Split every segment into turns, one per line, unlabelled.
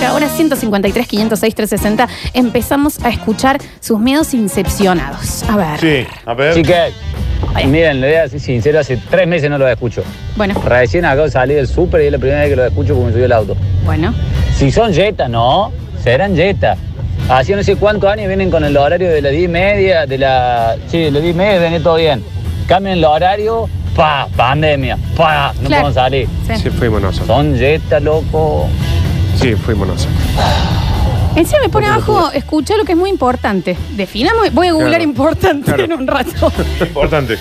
ahora 153, 506, 360 empezamos a escuchar sus miedos incepcionados. A ver.
Sí, a ver.
Chiques, miren, le voy a decir sincero, hace tres meses no los escucho.
Bueno,
Recién acabo de salir del súper y es la primera vez que los escucho porque me subió el auto.
bueno.
Si son Jetta, no, serán Jetta. Hace no sé cuántos años vienen con el horario de las 10 y media, de la. Sí, de las 10 y media viene todo bien. Cambian el horario, pa, pandemia, pa, no
Claro.
podemos salir.
Sí.
Sí, fuimos nosotros.
Son Jetta, loco.
Sí, fuimos nosotros.
Encima me pone abajo, escucha lo que es muy importante. Definamos, voy a googlear
Claro.
importante
Claro.
en un rato.
Importante.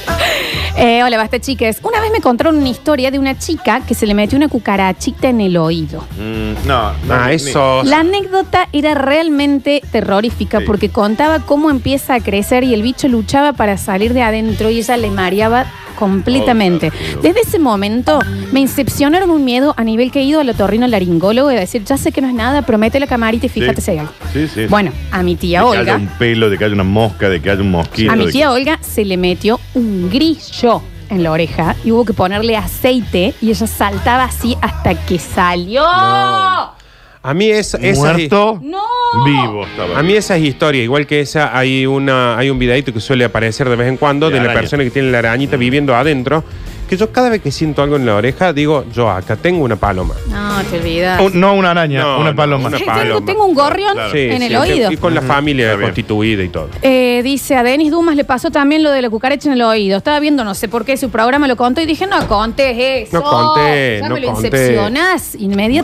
Eh, hola, basta chiques. Una vez me contaron una historia de una chica que se le metió una cucarachita en el oído.
Mm, no, no.
Ah,
ni-
eso.
La anécdota era realmente terrorífica
Sí.
porque contaba cómo empieza a crecer y el bicho luchaba para salir de adentro y ella le mareaba completamente.
Oh, claro.
Desde ese momento me incepcionaron un miedo a nivel que he ido al otorrino laringólogo y a decir, ya sé que no es nada, promete la camarita y fíjate
Sí.
si hay algo.
Sí, sí.
Bueno, a mi
De
tía
que haya
Olga,
un pelo, de que haya una mosca, de que haya un mosquito.
a mi
de que-
tía Olga se le metió un grillo en la oreja y hubo que ponerle aceite y ella saltaba así hasta que salió.
No. A mí es, esas-
Muerto,
¡No!
vivo estaba.
A mí esa es historia, igual que esa, hay una, hay un videito que suele aparecer de vez en cuando
De
de, la
araña.
persona que tiene la arañita viviendo adentro, que yo cada vez que siento algo en la oreja digo, yo acá tengo una paloma.
No, te olvidas.
Un- no una araña,
No,
una
no,
paloma.
una
Sí,
paloma.
tengo, tengo un gorrión
Claro.
Sí,
en
sí,
el
que-
oído.
Y con la familia
Está bien.
constituida y todo.
Eh, dice, a Denis Dumas le pasó también lo de la cucaracha en el oído. Estaba viendo, no sé por qué, su programa lo contó y dije, no contés eso.
No conté,
Ya
no
me lo
conté.
incepcionás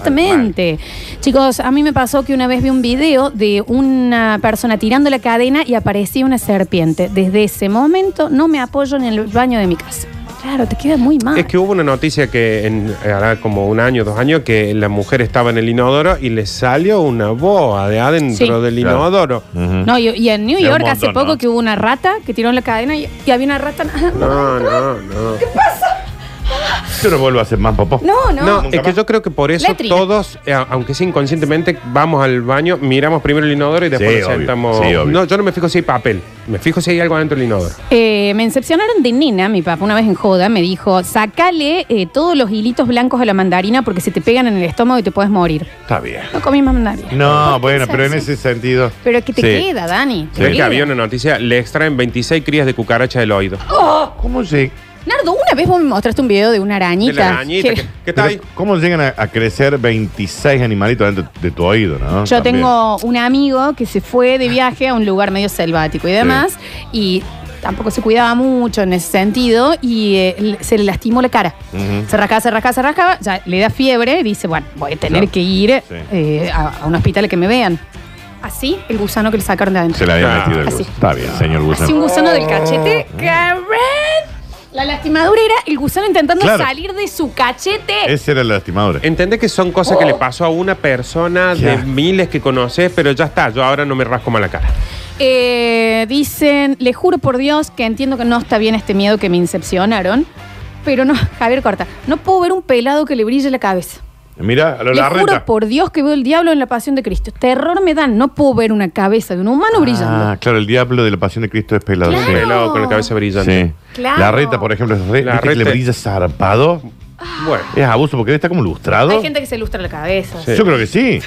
inmediatamente. Chicos, a mí me pasó que una vez vi un video de una persona tirando la cadena y aparecía una serpiente. Desde ese momento no me apoyo en el baño de mi casa. Claro, te queda muy mal.
Es que hubo una noticia que en, hará como un año, dos años, que la mujer estaba en el inodoro y le salió una boa de adentro
Sí.
del
Claro.
inodoro.
Ujú.
No, y, y en New
Y un
York hace
montón,
poco
¿no?
que hubo una rata que tiró la cadena y, y había una rata.
No, no, no.
Yo no vuelvo a hacer más popó.
No, no.
No,
Nunca
es que
más.
yo creo que por eso
Letrina.
todos, eh, aunque sea inconscientemente, vamos al baño, miramos primero el inodoro y después
Sí,
nos
obvio.
sentamos.
Sí, obvio.
no, yo no me fijo si hay papel, me fijo si hay algo adentro del inodoro.
Eh, me excepcionaron de nena, mi papá una vez en joda me dijo, sacale eh, todos los hilitos blancos a la mandarina porque se te pegan en el estómago y te puedes morir.
Está bien.
No comí más mandarina.
No, bueno,
pensás
pero en
eso?
ese sentido.
Pero que te
Sí.
queda, Dani. te
Es que
queda.
había una noticia, le extraen 26 crías de cucaracha del oído.
¿Cómo, se,
Nardo, una vez vos me mostraste un video de una arañita.
de la arañita,
que-
que, que está ahí.
pero ¿Cómo llegan a, a crecer 26 animalitos dentro de tu oído, no?
Yo
También.
tengo un amigo que se fue de viaje a un lugar medio selvático y demás, y tampoco se cuidaba mucho en ese sentido, y eh, l- se le lastimó la cara.
Ujú.
Se rascaba, se rascaba, se rascaba, ya le da fiebre, dice, bueno, voy a tener
Claro.
que ir
Sí.
eh, a, a un hospital que me vean. Así, el gusano que le sacaron de adentro.
Se la habían
Ah,
metido el
así.
gusano. Está bien, señor
Así un
Gusano. Oh. Mm.
gusano del cachete. ¡Cabrón! La lastimadura era el gusano intentando
Claro.
salir de su cachete.
Ese era el lastimador.
Entendés que son cosas que
Oh.
le pasó a una persona de
Claro.
miles que conoces, pero ya está, yo ahora no me rasco más la cara.
Eh, dicen, le juro por Dios que entiendo que no está bien este miedo que me incepcionaron. Pero no, Javier Corta, no puedo ver un pelado que le brille la cabeza.
Mira, a lo
Le
larreta.
juro por Dios que veo el diablo en la pasión de Cristo. Terror me dan, no puedo ver una cabeza de un humano brillando.
Ah, claro, el diablo de la pasión de Cristo es pelado.
Claro.
sí.
Pelado con la cabeza brillante.
Sí.
Claro.
La reta, por ejemplo, es re,
La
¿viste que le
reta-
brilla zarpado.
Bueno,
Es abuso porque él está como lustrado.
Hay gente que se lustra la cabeza.
Sí.
Sí,
Yo creo que sí.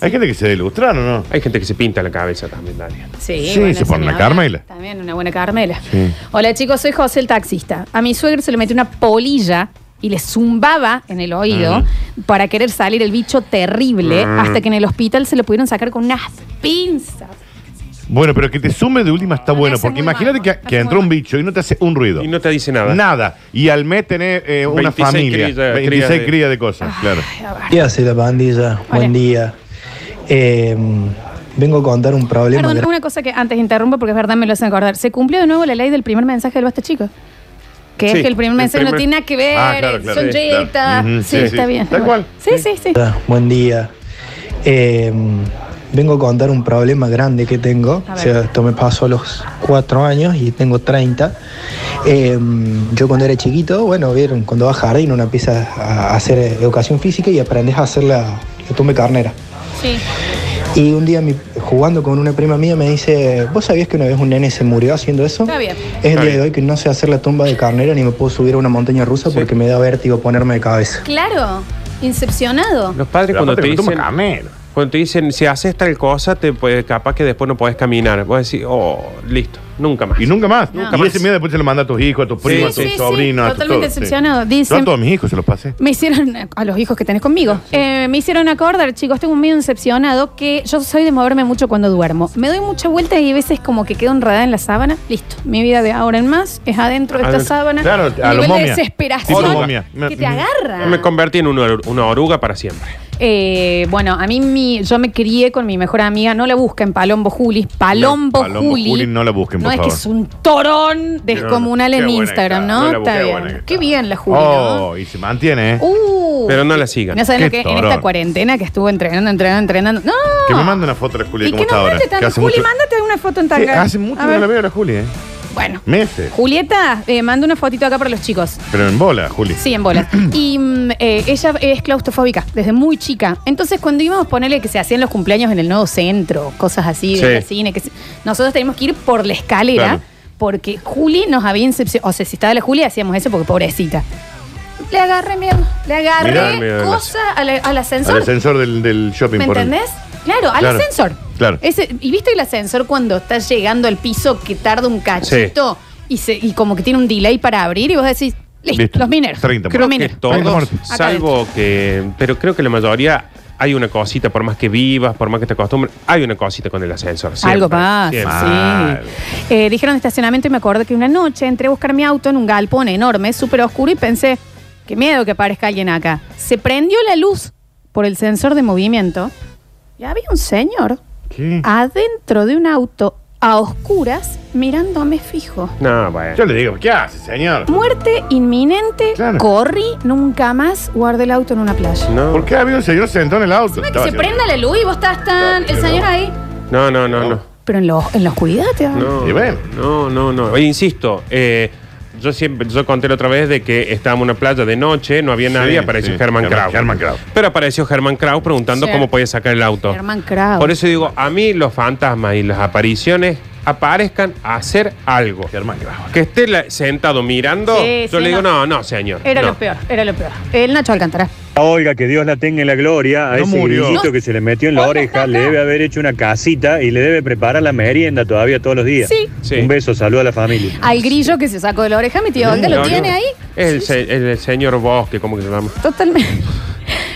Hay gente que se debe lustrar, ¿o no?
hay gente que se pinta la cabeza también, Daniel.
Sí, se
eso
pone
ni
una
hablar.
Carmela.
También una buena Carmela.
Sí.
Hola chicos, soy José el taxista. A mi suegro se le metió una polilla y le zumbaba en el oído
Ah.
para querer salir el bicho terrible hasta que en el hospital se lo pudieron sacar con unas pinzas.
Bueno, pero que te sume de última está
Me
bueno,
hace
porque
muy
imagínate
mal,
que,
me
que
hace
entró
muy
un
mal.
bicho y no te hace un ruido.
Y no te dice nada.
Nada. Y al mes tenés eh, una
26
familia.
crías de-
26
crías
crías
de-
de, cosas, claro.
¿Qué hace la pandilla? Buen día. Eh, vengo a contar un problema.
¿eh?
Perdón,
que-
una cosa que antes interrumpo porque es verdad me lo hacen acordar. Se cumplió de nuevo la ley del primer mensaje del basta chico. Que
Sí,
es que el primer
el
mensaje no
primer-
tiene nada que ver,
Ah, claro, claro,
son
sí,
jetas.
claro. Ujú,
sí,
sí, sí.
está bien.
Tal cual.
Sí, sí, sí.
Buen día. Eh, vengo a contar un problema grande que tengo.
A
O
ver.
sea, esto me pasó a los cuatro años y tengo 30. Eh, yo cuando era chiquito, bueno, vieron, cuando vas a jardín uno empieza a hacer educación física y aprendes a hacer la, la tumba carnera.
Sí.
Y un día mi- jugando con una prima mía me dice, ¿vos sabías que una vez un nene se murió haciendo eso?
Está bien.
Es el día de hoy que no sé hacer la tumba de carnera ni me puedo subir a una montaña rusa porque me da vértigo ponerme de cabeza.
Claro, incepcionado.
Los padres
Pero
cuando
aparte
te
que me toma
dicen...
carnero.
Cuando te dicen, si haces tal cosa, te puede, capaz que después no podés caminar. Vos decís, oh, listo, nunca más.
Y nunca más.
Nunca
y
más.
ese miedo después se lo manda a tus hijos, a tus
Sí,
primos,
sí,
a tus
sí,
sobrinos. a tus
totalmente
todo, sí.
decepcionado. Dice-
Yo a todos mis hijos se los pasé.
Me hicieron, a los hijos que tenés conmigo, Eh, me hicieron acordar, chicos, tengo un miedo decepcionado que yo soy de moverme mucho cuando duermo. Me doy muchas vueltas y a veces como que quedo enredada en la sábana. Listo, mi vida de ahora en más es adentro de esta
Adentro.
sábana.
Claro, a lo
nivel de
momia.
desesperación
Tipo momia.
que te agarra.
Me convertí en una, or- una oruga para siempre.
Eh, bueno, a mí mi- yo me crié con mi mejor amiga, no la busquen, Palombo Juli. Palombo,
No, Palombo
Juli.
Juli no la busquen,
No
por
es
favor.
que es un torón descomunal
Qué
en
buena
Instagram,
que
¿no?
está. la
Está
busqué,
bien.
buena que
Qué
está.
bien la Juli, ¿no?
Oh, y se mantiene, ¿eh?
Uh.
Pero no la sigan.
No saben lo
Qué
que en esta
torón.
cuarentena que estuvo entrenando, entrenando, entrenando. No.
Que me mande una foto de la Juli
Uh. ¿Y
como
qué
está ahora.
nombraste tan-
que hace
Juli,
mucho-
mándate una foto en
Sí,
tanga.
hace mucho
A
que
ver.
no la veo a la Juli, ¿eh?
Bueno.
Meses.
Julieta, eh, manda una fotito acá para los chicos.
Pero en bola, Juli.
Sí, en bolas. y mm, eh, ella es claustrofóbica, desde muy chica. Entonces, cuando íbamos a ponerle que se hacían los cumpleaños en el nuevo centro, cosas así, de
Sí.
la cine, que se- nosotros teníamos que ir por la escalera,
Claro.
porque Juli nos había incepcionado. O sea, si estaba la Juli, hacíamos eso porque pobrecita. Le agarré miedo, le
Mirá
agarré
el miedo de la-
cosa a la- al ascensor.
Al ascensor del, del shopping.
¿Me
por ejemplo.
entendés? Claro, al
Claro,
ascensor.
claro.
Ese- y viste el ascensor cuando estás llegando al piso que tarda un cachito y, se, y como que tiene un delay para abrir y vos decís, listo,
Listo,
los mineros.
30
los
Creo que
mineros.
Venga,
todos,
Morty.
Acá
salvo que. Pero creo que la mayoría hay una cosita, por más que vivas, por más que te acostumbres, hay una cosita con el ascensor. siempre,
Algo pasa,
siempre.
Ah. Mal.
sí. Eh, dijeron estacionamiento y me acuerdo que una noche entré a buscar mi auto en un galpón enorme, súper oscuro, y pensé, qué miedo que aparezca alguien acá. Se prendió la luz por el sensor de movimiento y había un señor
¿Qué?
adentro de un auto a oscuras mirándome fijo.
No,
Ah.
bueno.
Yo le digo, ¿qué hace, señor?
Muerte inminente,
Claro.
corrí, nunca más guardé el auto en una playa.
No,
¿Por qué había un señor sentado en el auto?
Encima que
Estaba
se
haciendo-
prenda la luz y vos estás tan.
Está
el señor
bien.
ahí.
no, no, no. no.
Pero en, lo- en la oscuridad te va.
No,
Y bueno.
no, no, no. Oye, insisto, eh, yo siempre, yo conté la otra vez de que estábamos en una playa de noche, no había nadie,
Sí,
apareció
sí,
Germán
Germán-
Krau.
Germán Krau.
Pero apareció Germán Krau preguntando
Sí.
cómo podía sacar el auto.
Germán Krau.
Por eso digo, a mí los fantasmas y las apariciones aparezcan a hacer algo.
Germán Grau.
Que esté la- sentado mirando,
Sí,
yo
sí,
le digo,
no.
no, no, señor.
Era
no.
lo peor, era lo peor. El Nacho Alcántara.
A Olga, que Dios la tenga en la gloria, a
No
ese
murió.
grillito que se le metió en la
Olga está acá.
oreja, le debe haber hecho una casita y le debe preparar la merienda todavía todos los días.
Sí.
Sí.
Un beso, saludo a la familia.
Al grillo que se sacó de la oreja, mi tío Olga
No,
lo
no.
tiene ahí.
Es el, se- el- el señor Bosque, ¿cómo que se llama?
Totalmente.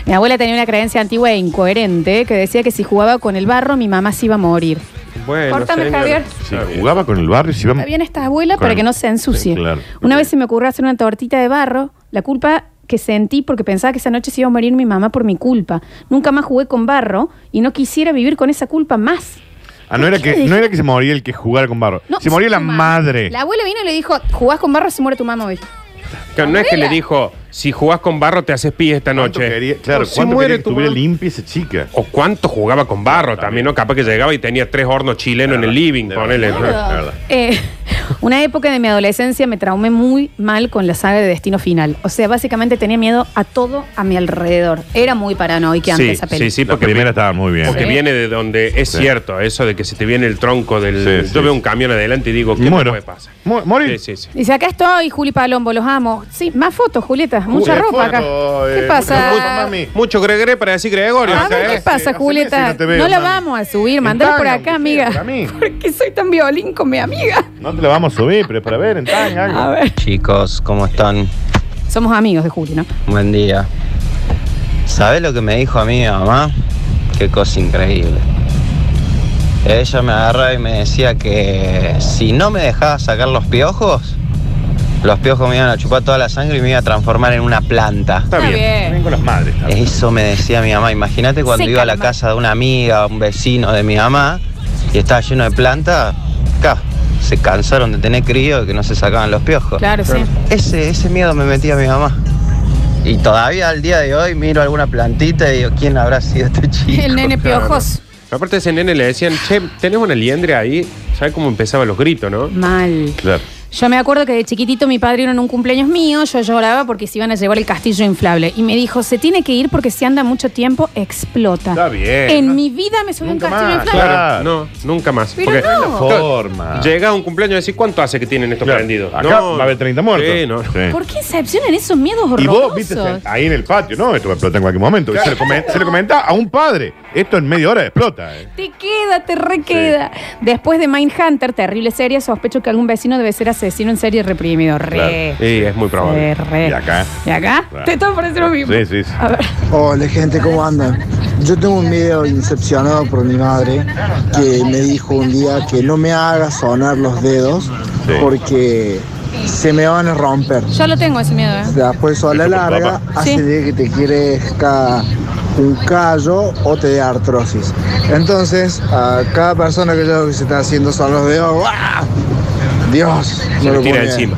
Mi abuela tenía una creencia antigua e incoherente que decía que si jugaba con el barro, mi mamá se iba a morir.
Bueno,
Córtame,
señor.
Javier.
Sí, jugaba con el barrio y se iba...
Está bien esta abuela para
Claro.
que no se ensucie.
Sí, claro.
Una vez se me ocurrió hacer una tortita de barro, la culpa que sentí porque pensaba que esa noche se iba a morir mi mamá por mi culpa. Nunca más jugué con barro y no quisiera vivir con esa culpa más.
Ah, no era,
¿Qué
que,
dije?
no era que se moría el que jugara con barro.
No,
se moría
tu
la
mamá.
madre.
La abuela vino y le dijo, jugás con barro, se muere tu mamá hoy.
Que no es que le dijo, si jugás con barro te haces pis esta
¿Cuánto
noche.
quería- claro,
No, se
¿cuánto
muere
quería que
tu
estuviera
mamá.
limpia esa chica?
O cuánto jugaba con barro también, ¿no? Capaz que llegaba y tenía tres hornos chilenos en el living,
De
ponele.
verdad,
¿no?
de verdad.
Eh, una época de mi adolescencia me traumé muy mal con la saga de Destino Final. O sea, básicamente tenía miedo a todo a mi alrededor. Era muy paranoica antes
Sí,
esa
sí,
peli.
sí,
La
porque,
primera estaba muy bien.
porque
Sí.
viene de donde es
Sí.
cierto, eso de que se te viene el tronco del...
Sí, sí,
yo veo
sí.
un camión adelante y digo, ¿qué me
Muero.
puede pasar?
Mu- morir.
Sí, sí, sí.
Dice, acá estoy, Juli Palombo, los amo. Sí, más fotos, Julieta. Mucha
Uy,
ropa acá.
foto, eh,
¿Qué pasa?
mucha ropa, mami.
Mucho gregre para decir Gregorio.
A
acá,
ver, ¿qué
¿eh?
pasa,
hace
Julieta?
meses
No,
no te veo,
la
mami.
vamos a subir, mandala
En
por
tanga,
acá,
aunque sea,
amiga.
para mí.
¿Por qué soy tan violín con mi amiga?
No te la vamos a subir, pero es para ver en tanga, algo.
A ver.
Chicos, ¿cómo están?
Somos amigos de Juli, ¿no?
Buen día. ¿Sabes lo que me dijo a mí mi mamá? Qué cosa increíble. Ella me agarra y me decía que si no me dejaba sacar los piojos, los piojos me iban a chupar toda la sangre y me iba a transformar en una planta.
Está bien.
También con las madres. está
Eh.
bien.
Eso me decía mi mamá. Imagínate cuando
Seca
iba a la
la mano.
casa de una amiga, un vecino de mi mamá, y estaba lleno de plantas. Acá, se cansaron de tener crío y que no se sacaban los piojos.
Claro, sí.
Ese, ese miedo me metía mi mamá. Y todavía al día de hoy miro alguna plantita y digo, ¿quién habrá sido este chico?
El nene piojos.
Aparte de ese nene le decían, che, tenés una liendre ahí. ¿Sabes cómo empezaban los gritos, no?
Mal.
Claro.
Yo me acuerdo que de chiquitito mi padre iba en un cumpleaños mío, yo lloraba porque se iban a llevar el castillo inflable. Y me dijo, se tiene que ir porque si anda mucho tiempo, explota.
Está bien.
En mi vida me subí a un
Nunca
castillo
más,
inflable.
claro.
No, nunca más.
Pero
Porque-
no.
Forma.
Llega a un cumpleaños y decís, ¿cuánto hace que tienen estos
Claro.
prendidos?
Acá va a haber 30 muertos.
Sí, no.
Sí.
¿Por qué excepcionan esos miedos
Y
horrorosos?
vos, viste, ahí en el patio, ¿no? Esto va a explotar en cualquier momento. Y se, lo comen- se lo comenta a un padre. Esto en media hora explota. eh.
Te queda, te requeda. Después de Mindhunter, terrible serie, sospecho que algún vecino debe ser asesino en serie reprimido. Re.
Sí, es muy probable.
re, re.
Y acá.
¿Y acá?
Claro.
Te todo parece lo mismo.
Sí, sí, sí.
A ver.
Hola gente, ¿cómo andan? Yo tengo un video incepcionado por mi madre que me dijo un día que no me haga sonar los dedos
Sí.
porque se me van a romper.
Yo lo tengo ese miedo, ¿eh?
Después a la
Eso por
larga
Ah,
papá.
hace
Sí.
de que te crezca un callo o te dé artrosis. Entonces, a cada persona que yo que se está haciendo son los dedos. ¡guau! Dios,
Se
no
le
lo
tira
puedo
encima.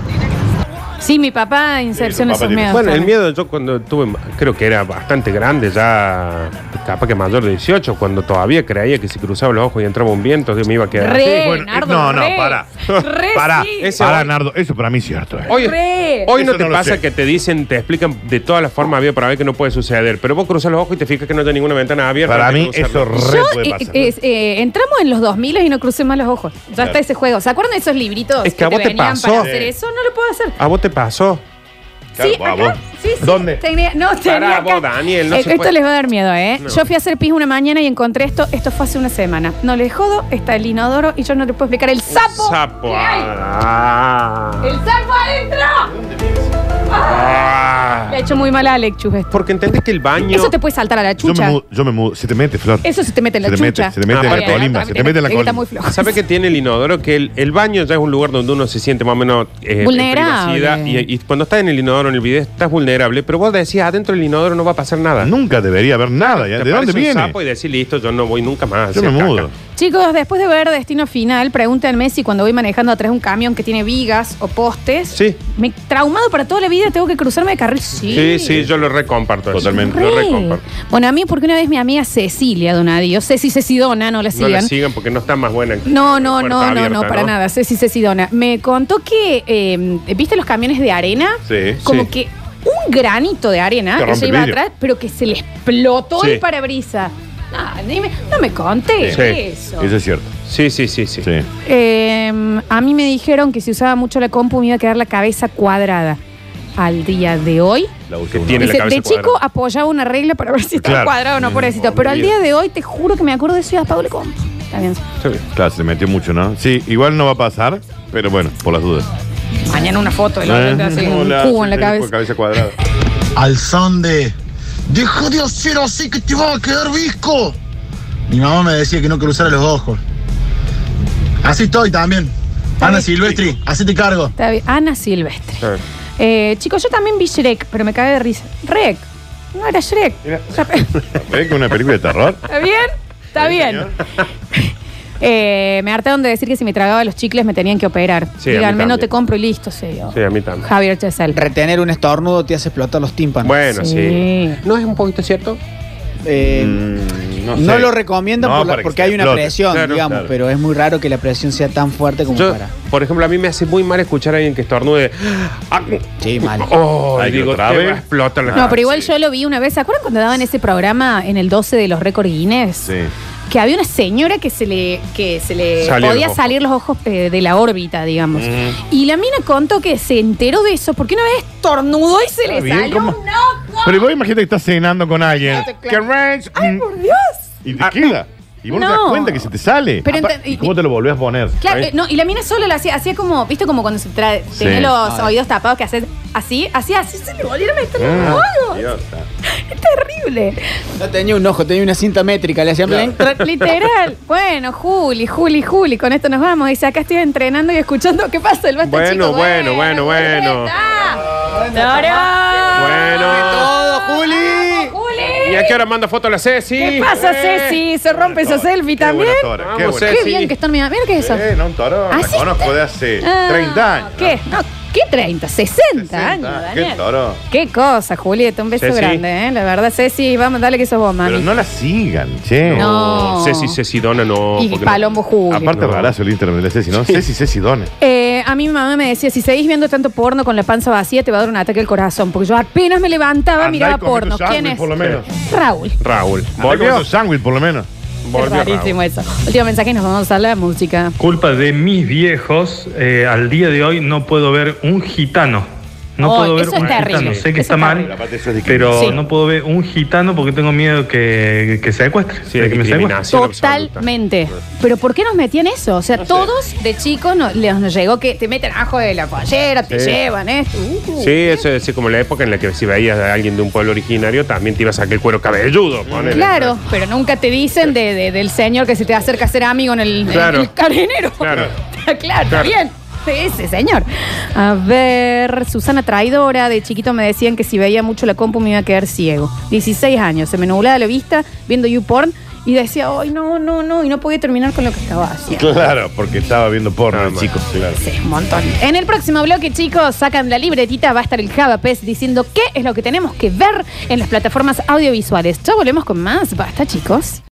Sí, mi papá inserción
Sí, tu
esos
papá tiene-
miedos.
Bueno, el
¿sabes?
miedo yo cuando tuve, creo que era bastante grande, ya capaz que mayor de 18, cuando todavía creía que si cruzaba los ojos y entraba un viento, yo me iba a quedar.
Re,
Sí, bueno, eh,
Nardo,
no, no,
re.
para.
Re,
para,
sí.
Ese
para,
hoy-
Nardo. Eso para mí es cierto. eh.
Hoy,
Re.
hoy no
Eso
te
no lo
pasa
sé.
que te dicen, te explican de todas las formas había para ver que no puede suceder, pero vos cruzas los ojos y te fijas que no hay ninguna ventana abierta.
Para
hay que
mí
cruzarlo.
eso re
Yo,
puede
eh,
pasar.
es- eh, entramos en los 2000 y no crucé más los ojos. Ya está ese juego. ¿Se acuerdan de esos libritos
Es que a vos te
venían
pasó. Ah,
para hacer eso? No lo puedo hacer.
¿A vos te pasó?
Sí,
Claro,
acá,
vos.
sí, sí.
¿Dónde?
Tenía- no, tenía acá.
vos, Daniel, no
Eh,
se
esto
puede.
les va a dar miedo, ¿eh?
No.
Yo fui a hacer pis una mañana y encontré esto. Esto fue hace una semana. No les jodo, está el inodoro y yo no les puedo explicar. ¡El sapo!
Sapo.
que hay.
Ah.
¡El sapo adentro!
Ah.
Le ha hecho muy mal a Alex Chus esto.
Porque entendés que el baño.
Eso te puede saltar a la
Yo me
chucha.
mudo, yo me mudo. Se te mete, Flor.
Eso se te mete en la
Se te mete,
chucha.
se te mete
en la
bien, está
colimba, se te
bien,
mete en la
está
colimba.
muy flojo.
¿Sabe qué tiene el inodoro? Que el, el baño ya es un lugar donde uno se siente más o menos eh, en
Vulnerable.
privacidad. Y, y cuando estás en el inodoro, en el video, estás vulnerable. Pero vos decías, adentro del inodoro no va a pasar nada.
Nunca debería haber nada. ¿eh? ¿De
Te
dónde
aparece un
viene?
sapo y decís, listo, yo no voy nunca más.
Yo
Se
me
caca.
mudo.
Chicos, después de ver Destino Final, pregúntenme si cuando voy manejando atrás de un camión que tiene vigas o postes,
Sí.
me traumado para toda la vida, tengo que cruzarme de carril. Sí.
Sí, sí, yo lo recomparto. eso.
Totalmente.
Lo
Re.
recomparto.
Bueno, a mí porque una vez mi amiga Cecilia Donadio, Ceci Cecidona, no la
No la
sigan.
sigan porque no está más buena. que-
No, no,
puerta
no, no,
abierta,
no, para nada. Ceci Cecidona. Me contó que, eh, ¿viste los camiones de arena?
Sí.
Como
Sí.
que un granito de arena,
Te rompe
ella
el
iba
vidrio.
atrás, pero que se le explotó
Sí.
el parabrisas. No, dime, no me conté
Sí.
eso.
Eso es cierto.
Sí, sí, sí, sí.
Sí.
Eh, a mí me dijeron que si usaba mucho la compu me iba a quedar la cabeza cuadrada. Al día de hoy.
La
Que
usé una
tiene
vez.
Dice,
la
de
cabeza
chico
cuadrada. Mm,
apoyaba una regla para ver si está
Claro.
cuadrado o no, pobrecito. Pero al día de hoy te juro que me acuerdo de eso y apago la compu. Está bien.
Claro, se metió mucho, ¿no? Sí, igual no va a pasar, pero bueno, por las dudas. ¿Eh?
Mañana una foto
Eh,
de la gente así, un
Hola,
cubo en la
sí,
cabeza.
con cabeza cuadrada.
Al son de Deja de hacer así que te va a quedar visco. Mi mamá me decía que no cruzara los ojos. Así estoy también. Ana Silvestri, así te cargo.
Está bien. Ana Silvestre.
Sí.
Eh, chicos, yo también vi Shrek, pero me cae de risa. Shrek. No era Shrek. Está
¿Ves que una película de terror?
bien. Está
Sí,
bien.
señor.
Eh, me hartaron de decir que si me tragaba los chicles me tenían que operar.
Sí, a mí
Díganme, no
también.
te compro y listo, sí. yo.
Sí, a mí también.
Javier Chesel.
Retener un estornudo te hace explotar los tímpanos.
Bueno, sí.
Sí.
¿No es un poquito cierto? Eh,
Mm,
no,
sé.
lo recomiendan
No,
por la-
para que
porque
se
hay una
explote.
presión,
Claro,
digamos,
claro.
pero es muy raro que la presión sea tan fuerte como
Yo,
para.
por ejemplo, a mí me hace muy mal escuchar a alguien que estornude. Ah,
Sí, mal.
Oh,
Ay, que
digo,
otra
te
vez.
va a explotar la
No, pero igual
Sí.
yo lo vi una vez. ¿Se acuerdan cuando daban ese programa en el 12 de los récord Guinness?
Sí.
Que había una señora que se le, que se le
Salían
podía
los ojos. Mm.
salir los ojos eh, de la órbita, digamos. Y la mina contó que se enteró de eso porque una vez estornudó y se
Está
le
bien,
salió
¿cómo?
un ojo.
Pero igual imagínate que estás cenando con alguien. Que ranch.
¡Ay,
mm,
por Dios!
Y te queda. Y vos no. te das
Ah, No.
cuenta que se te sale.
Pero
Apa-
ente-
¿Y cómo te lo volvés a poner?
Claro,
Ahí.
eh, no, y la mina solo la hacía, hacía como, viste, como cuando se trae,
Sí.
tenía los
Ay.
oídos tapados que haces así, así, así se le volvieron a meter los
Ah,
ojos. Es terrible.
No tenía un ojo, tenía una cinta métrica, le hacían blanc.
Tra- Literal. Bueno, Juli, Juli, Juli, con esto nos vamos. Dice, acá estoy entrenando y escuchando qué pasa el basta,
Bueno,
chico.
bueno, bueno, bueno. Bueno.
¡Todo, Juli!
¿Y
Juli.
a qué hora manda foto a la Ceci?
¿Qué pasa,
Eh.
Ceci? ¿Se rompe esa selfie
Qué buena
también?
tora,
Vamos,
Qué buena.
Ceci.
Qué bien que están mirando. Mira qué es eso.
Eh, no, un toro. La
¿Así
conozco de hace 30 años.
Ah, ¿Qué? No, ¿Qué 30? 60,
60,
años, Daniel.
Qué toro.
Qué cosa, Julieta, un beso
Ceci.
grande, ¿eh? La verdad, Ceci, vamos, dale que sos vos,
Pero
mami.
no la sigan, che.
No.
Ceci, Ceci Dona no.
y
porque no.
Palombo Juli.
Aparte, rarazo el Instagram de la Ceci, ¿no? Ceci, Ceci Done.
Eh, a mí mi mamá me decía, si seguís viendo tanto porno con la panza vacía, te va a dar un ataque al corazón. Porque yo apenas me levantaba,
Andá
miraba
y comete
porno.
un sándwich,
¿Quién es?
por lo menos.
Raúl.
Raúl.
Volvió
Volvió.
sándwich, por lo menos.
Es
Volvió. Raúl.
rarísimo eso. Último mensaje y nos vamos a la música.
Culpa de mis viejos, eh, al día de hoy no puedo ver un gitano. No
Oh,
puedo ver
eso
un
es terrible.
gitano. Sé
Eso
que está
es
mal,
terrible.
Aparte, eso es discriminación.
pero
Sí.
no puedo ver un gitano porque tengo miedo que, que se secuestre.
Sí,
de
es
que me
discriminación.
secuestre.
Totalmente. Pero ¿por qué nos metían eso? O sea, todos de chicos no- les nos llegó que te meten ajo de la pollera, te
Sí.
llevan, ¿eh? Uh.
Sí, eso es sí, como la época en la que si veías a alguien de un pueblo originario, también te ibas a sacar el cuero cabelludo. ponele.
Claro, pero nunca te dicen de, de- del señor que se te acerca a ser amigo en el, en
Claro.
el carnero.
Claro.
Está claro, está
Claro.
bien. Ese señor. A ver, Susana Traidora, de chiquito me decían que si veía mucho la compu me iba a quedar ciego. 16 años, se me nublaba la vista viendo YouPorn y decía, ay, no, no, no, y no podía terminar con lo que estaba haciendo.
Claro, porque estaba viendo porno,
Ah,
el chico. Claro.
Sí, un montón. En el próximo bloque, chicos, sacan la libretita, va a estar el Javapes diciendo qué es lo que tenemos que ver en las plataformas audiovisuales. Ya volvemos con más. Basta, chicos.